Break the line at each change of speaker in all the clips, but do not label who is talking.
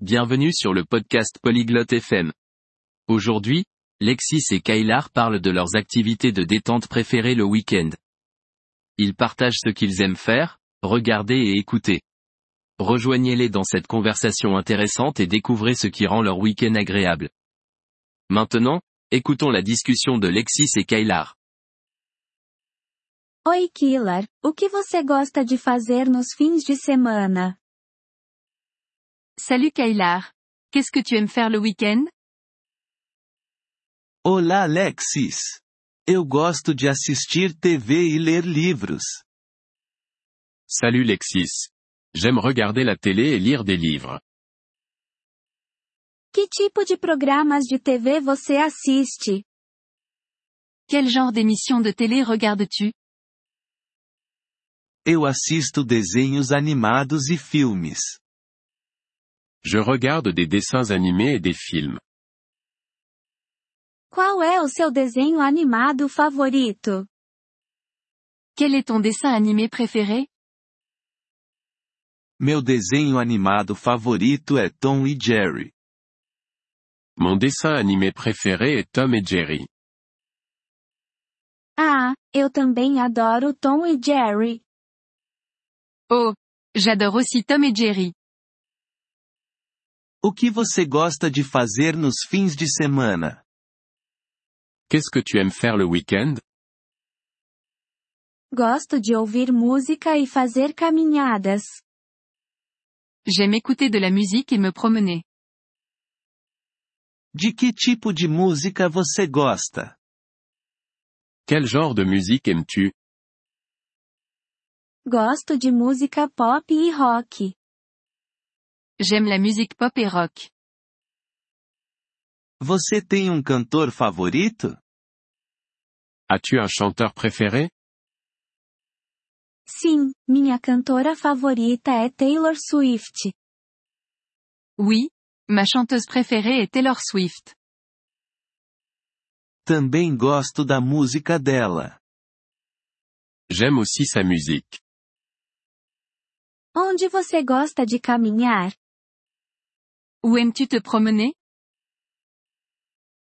Bienvenue sur le podcast Polyglotte FM. Aujourd'hui, Lexis et Kailar parlent de leurs activités de détente préférées le week-end. Ils partagent ce qu'ils aiment faire, regarder et écouter. Rejoignez-les dans cette conversation intéressante et découvrez ce qui rend leur week-end agréable. Maintenant, écoutons la discussion de Lexis et Kailar.
Oi, Killer. O que você gosta de fazer nos fins de semana?
Salut Kailar. Qu'est-ce que tu aimes faire le week-end?
Olá, Alexis. Eu gosto de assistir TV e ler livros.
Salut Lexis. J'aime regarder la télé et lire des livres.
Que tipo de programas de TV você assiste?
Quel genre d'émission de télé regardes-tu?
Eu assisto desenhos animados e filmes.
Je regarde des dessins animés et des films.
Qual é o seu desenho animado favorito?
Quel est ton dessin animé préféré?
Meu desenho animado favorito é Tom e Jerry.
Mon dessin animé préféré est Tom et Jerry.
Ah, eu também adoro Tom e Jerry.
Oh, j'adore aussi Tom et Jerry.
O que você gosta de fazer nos fins de semana?
Qu'est-ce que tu aimes faire le week-end?
Gosto de ouvir música e fazer caminhadas.
J'aime écouter de la musique et me promener.
De que tipo de música você gosta?
Quel genre de musique aimes-tu?
Gosto de música pop e rock.
J'aime la musique pop et rock.
Você tem um cantor favorito?
As-tu un chanteur préféré?
Sim, minha cantora favorita é Taylor Swift.
Oui, ma chanteuse préférée est Taylor Swift.
Também gosto da música dela.
J'aime aussi sa musique.
Onde você gosta de caminhar?
Où aimes-tu te promener?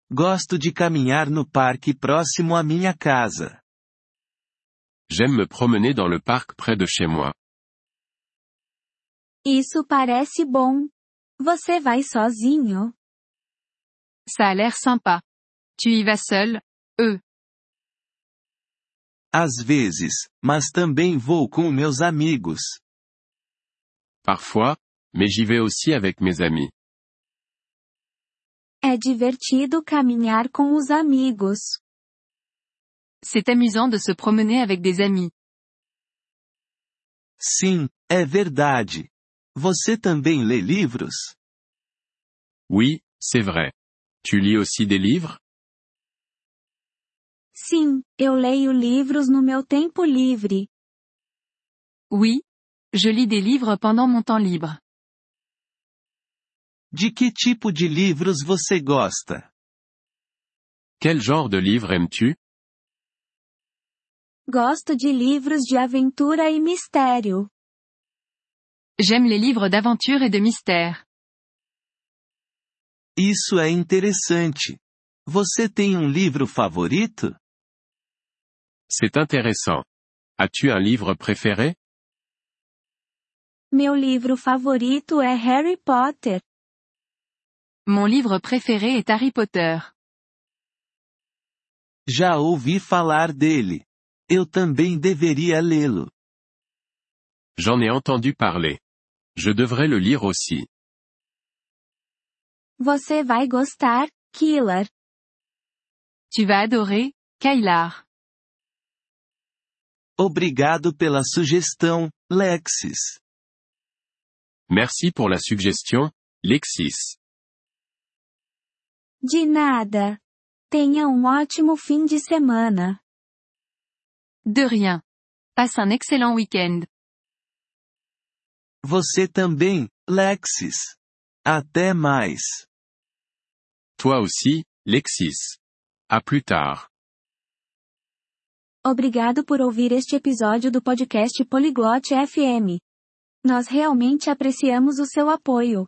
Gosto de caminhar no parque próximo à minha casa.
J'aime me promener dans le parc près de chez moi.
Isso parece bom. Você vai sozinho?
Ça a l'air sympa. Tu y vas seul?
Às vezes, mas também vou com meus amigos.
Parfois, mais j'y vais aussi avec mes amis.
É divertido caminhar com os amigos.
C'est amusant de se promener avec des amis.
Sim, é verdade. Você também lê livros?
Oui, c'est vrai. Tu lis aussi des livres?
Sim, eu leio livros no meu tempo livre.
Oui. Je lis des livres pendant mon temps libre.
De que tipo de livros você gosta?
Quel genre de livre aimes-tu?
Gosto de livros de aventura e mistério.
J'aime les livres d'aventure et de mystère.
Isso é interessante. Você tem um livro favorito?
C'est intéressant. As-tu un livre préféré?
Meu livro favorito é Harry Potter.
Mon livre préféré est Harry Potter.
Já ouvi falar dele. Eu também deveria lê-lo.
J'en ai entendu parler. Je devrais le lire aussi.
Você vai gostar, Killer.
Tu vas adorer, Kailar.
Obrigado pela sugestão, Lexis.
Merci pour la suggestion, Lexis.
De nada. Tenha um ótimo fim de semana.
De rien. Passe un excellent week-end.
Você também, Lexis. Até mais.
Toi aussi, Lexis. À plus tard.
Obrigado por ouvir este episódio do podcast Poliglote FM. Nós realmente apreciamos o seu apoio.